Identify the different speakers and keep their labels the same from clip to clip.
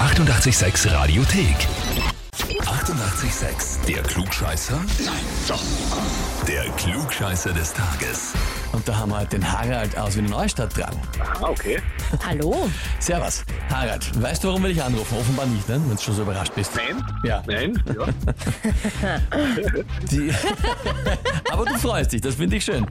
Speaker 1: 886 Radiothek. 88,6. Der Klugscheißer? Nein, doch. Der Klugscheißer des Tages.
Speaker 2: Und da haben wir halt den Harald aus Wiener Neustadt dran.
Speaker 3: Ah, okay.
Speaker 4: Hallo?
Speaker 2: Servus. Harald, weißt du, warum wir dich anrufen? Offenbar nicht, ne? wenn du schon so überrascht bist.
Speaker 3: Nein?
Speaker 2: Ja.
Speaker 3: Nein? Ja.
Speaker 2: Die Aber du freust dich, das finde ich schön.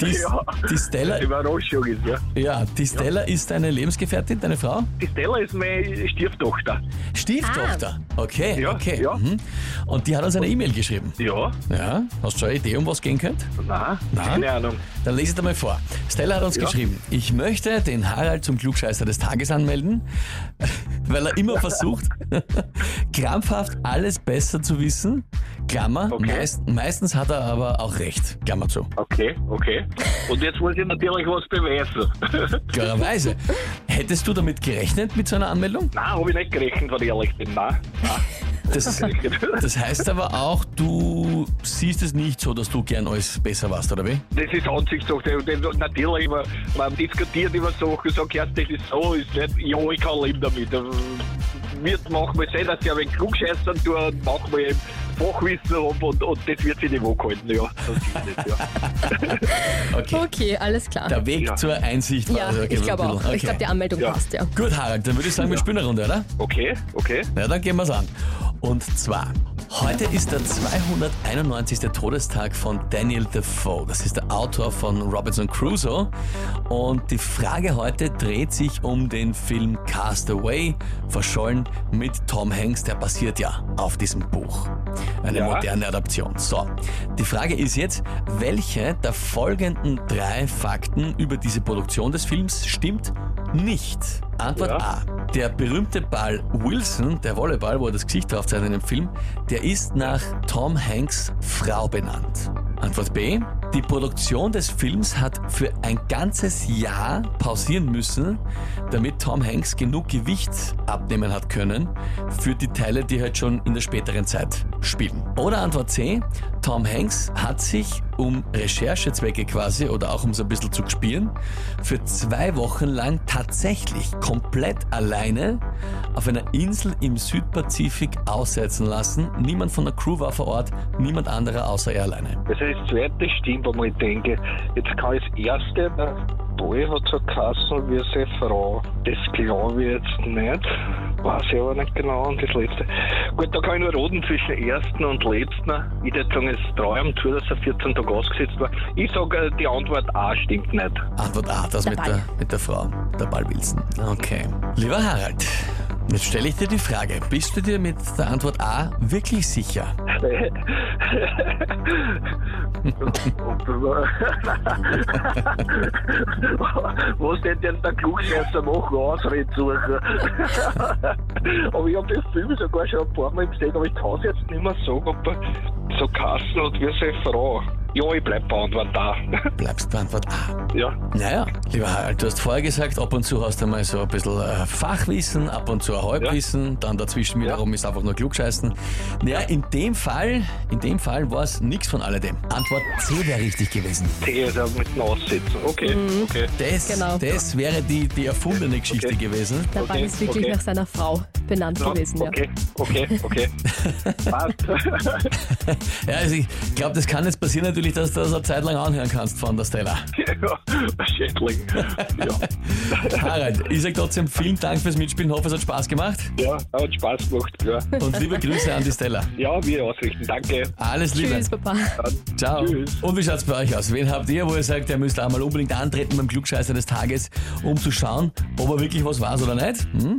Speaker 2: Die,
Speaker 3: Ja.
Speaker 2: die Stella,
Speaker 3: Überraschung ist, ja.
Speaker 2: ja, die Stella ist deine Lebensgefährtin, deine Frau?
Speaker 3: Die Stella ist meine Stieftochter.
Speaker 2: Stieftochter. Okay,
Speaker 3: Ah. Ja,
Speaker 2: okay.
Speaker 3: ja.
Speaker 2: Mhm. Und die hat uns eine E-Mail geschrieben.
Speaker 3: Ja?
Speaker 2: Ja, hast du schon eine Idee, um was gehen könnte?
Speaker 3: Nein?
Speaker 2: Nein?
Speaker 3: Keine Ahnung.
Speaker 2: Dann lese ich da mal vor. Stella hat uns
Speaker 3: Ja.
Speaker 2: geschrieben, ich möchte den Harald zum Klugscheißer des Tages anmelden, weil er immer versucht, krampfhaft alles besser zu wissen. Klammer,
Speaker 3: Okay.
Speaker 2: meist, meistens hat er aber auch recht. Klammer zu.
Speaker 3: Okay, okay. Und jetzt muss ich natürlich was beweisen.
Speaker 2: Klarerweise. Hättest du damit gerechnet, mit so einer Anmeldung?
Speaker 3: Nein, habe ich nicht gerechnet, wenn ich ehrlich bin. Nein.
Speaker 2: Das, das heißt aber auch, du siehst es nicht so, dass du gern alles besser warst, oder wie?
Speaker 3: Das ist Ansichtssache. Und das- Natürlich, man, man diskutiert über Sachen, sagt, ja, das ist so, ist nicht, ja, ich kann leben damit. Ähm, Wird manchmal sein, dass ich ein wenig klugscheißern tue und manchmal eben Fachwissen habe und, und das wird sich nicht angehalten, ja. Das ist es, ja.
Speaker 2: Okay.
Speaker 4: Okay, alles klar.
Speaker 2: Der Weg
Speaker 3: Ja.
Speaker 2: zur Einsicht war
Speaker 4: ja,
Speaker 2: also okay,
Speaker 4: ich glaube
Speaker 2: ein bisschen-
Speaker 4: auch. Ich
Speaker 2: okay.
Speaker 4: glaube, die Anmeldung
Speaker 3: Ja.
Speaker 4: passt, ja.
Speaker 2: Gut, Harald, dann würde ich sagen, wir spielen eine Runde, oder?
Speaker 3: Okay, okay.
Speaker 2: Na, dann gehen wir's an. Und zwar, heute ist der 291. Todestag von Daniel Defoe. Das ist der Autor von Robinson Crusoe. Und die Frage heute dreht sich um den Film Castaway, verschollen mit Tom Hanks. Der basiert ja auf diesem Buch. Eine
Speaker 3: Ja.
Speaker 2: moderne Adaption. So, die Frage ist jetzt, welche der folgenden drei Fakten über diese Produktion des Films stimmt nicht? Antwort
Speaker 3: Ja.
Speaker 2: A. Der berühmte Ball Wilson, der Volleyball, wo er das Gesicht drauf zeigt in dem Film, der ist nach Tom Hanks Frau benannt. Antwort B. Die Produktion des Films hat für ein ganzes Jahr pausieren müssen, damit Tom Hanks genug Gewicht abnehmen hat können für die Teile, die halt schon in der späteren Zeit spielen. Oder Antwort C. Tom Hanks hat sich um Recherchezwecke quasi oder auch um so ein bisschen zu spielen, für zwei Wochen lang tatsächlich komplett alleine auf einer Insel im Südpazifik aussetzen lassen. Niemand von der Crew war vor Ort, niemand anderer außer er alleine.
Speaker 3: Also das zweite stimmt, wenn ich denke, jetzt kann ich das erste, der Boy hat so Kassel wie seine Frau. Das glaube ich jetzt nicht. Weiß ich aber nicht genau. Und das letzte. Gut, da kann ich nur roden zwischen ersten und letzten. Ich würde sagen, es ist treu am Tour, dass er 14 Tage ausgesetzt war. Ich sage, die Antwort A stimmt nicht.
Speaker 2: Antwort A, das
Speaker 4: Der
Speaker 2: mit
Speaker 4: Ball.
Speaker 2: der, mit der Frau, der Ball Wilson. Okay. Lieber Harald, jetzt stelle ich dir die Frage, bist du dir mit der Antwort A wirklich sicher?
Speaker 3: Was denn jetzt der Klugscheißer machen? Ausreden suchen. aber ich habe den Film sogar schon ein paar Mal gesehen, aber ich kann es jetzt nicht mehr sagen, ob er so Kassen hat wie seine Frau. Ja, ich bleib bei Antwort da.
Speaker 2: Bleibst bei Antwort A.
Speaker 3: ja.
Speaker 2: Naja, lieber Harald, du hast vorher gesagt, ab und zu hast du mal so ein bisschen äh, Fachwissen, ab und zu ein Halbwissen, dann dazwischen wiederum ist einfach nur Klugscheißen. Naja, in dem Fall, in dem Fall war es nichts von alledem. Antwort C wäre richtig gewesen.
Speaker 3: T ist auch mit dem Aussitzen. Okay, okay.
Speaker 2: Das,
Speaker 4: Genau.
Speaker 2: das wäre die, die erfundene Geschichte
Speaker 3: Okay.
Speaker 2: gewesen.
Speaker 4: Der Ball
Speaker 3: Okay,
Speaker 4: ist wirklich
Speaker 3: okay.
Speaker 4: nach seiner Frau benannt
Speaker 3: Ja,
Speaker 4: gewesen, ja.
Speaker 3: okay, okay, okay. Passt.
Speaker 2: Ja, also ich glaube, das kann jetzt passieren natürlich, dass du das eine Zeit lang anhören kannst von der Stella.
Speaker 3: ja, Schädling. Ja.
Speaker 2: Harald, ich sage trotzdem vielen Dank fürs Mitspielen, hoffe es hat Spaß gemacht
Speaker 3: Ja, hat Spaß gemacht. Ja,
Speaker 2: und liebe Grüße an die Stella.
Speaker 3: ja wir ausrichten. Danke.
Speaker 2: Alles Liebe.
Speaker 4: Tschüss, Papa.
Speaker 2: Ciao.
Speaker 3: Tschüss.
Speaker 2: Und wie schaut's bei euch aus? Wen habt ihr, wo ihr sagt, ihr müsst einmal unbedingt antreten beim Klugscheißer des Tages, um zu schauen, ob er wirklich was war oder nicht? Hm?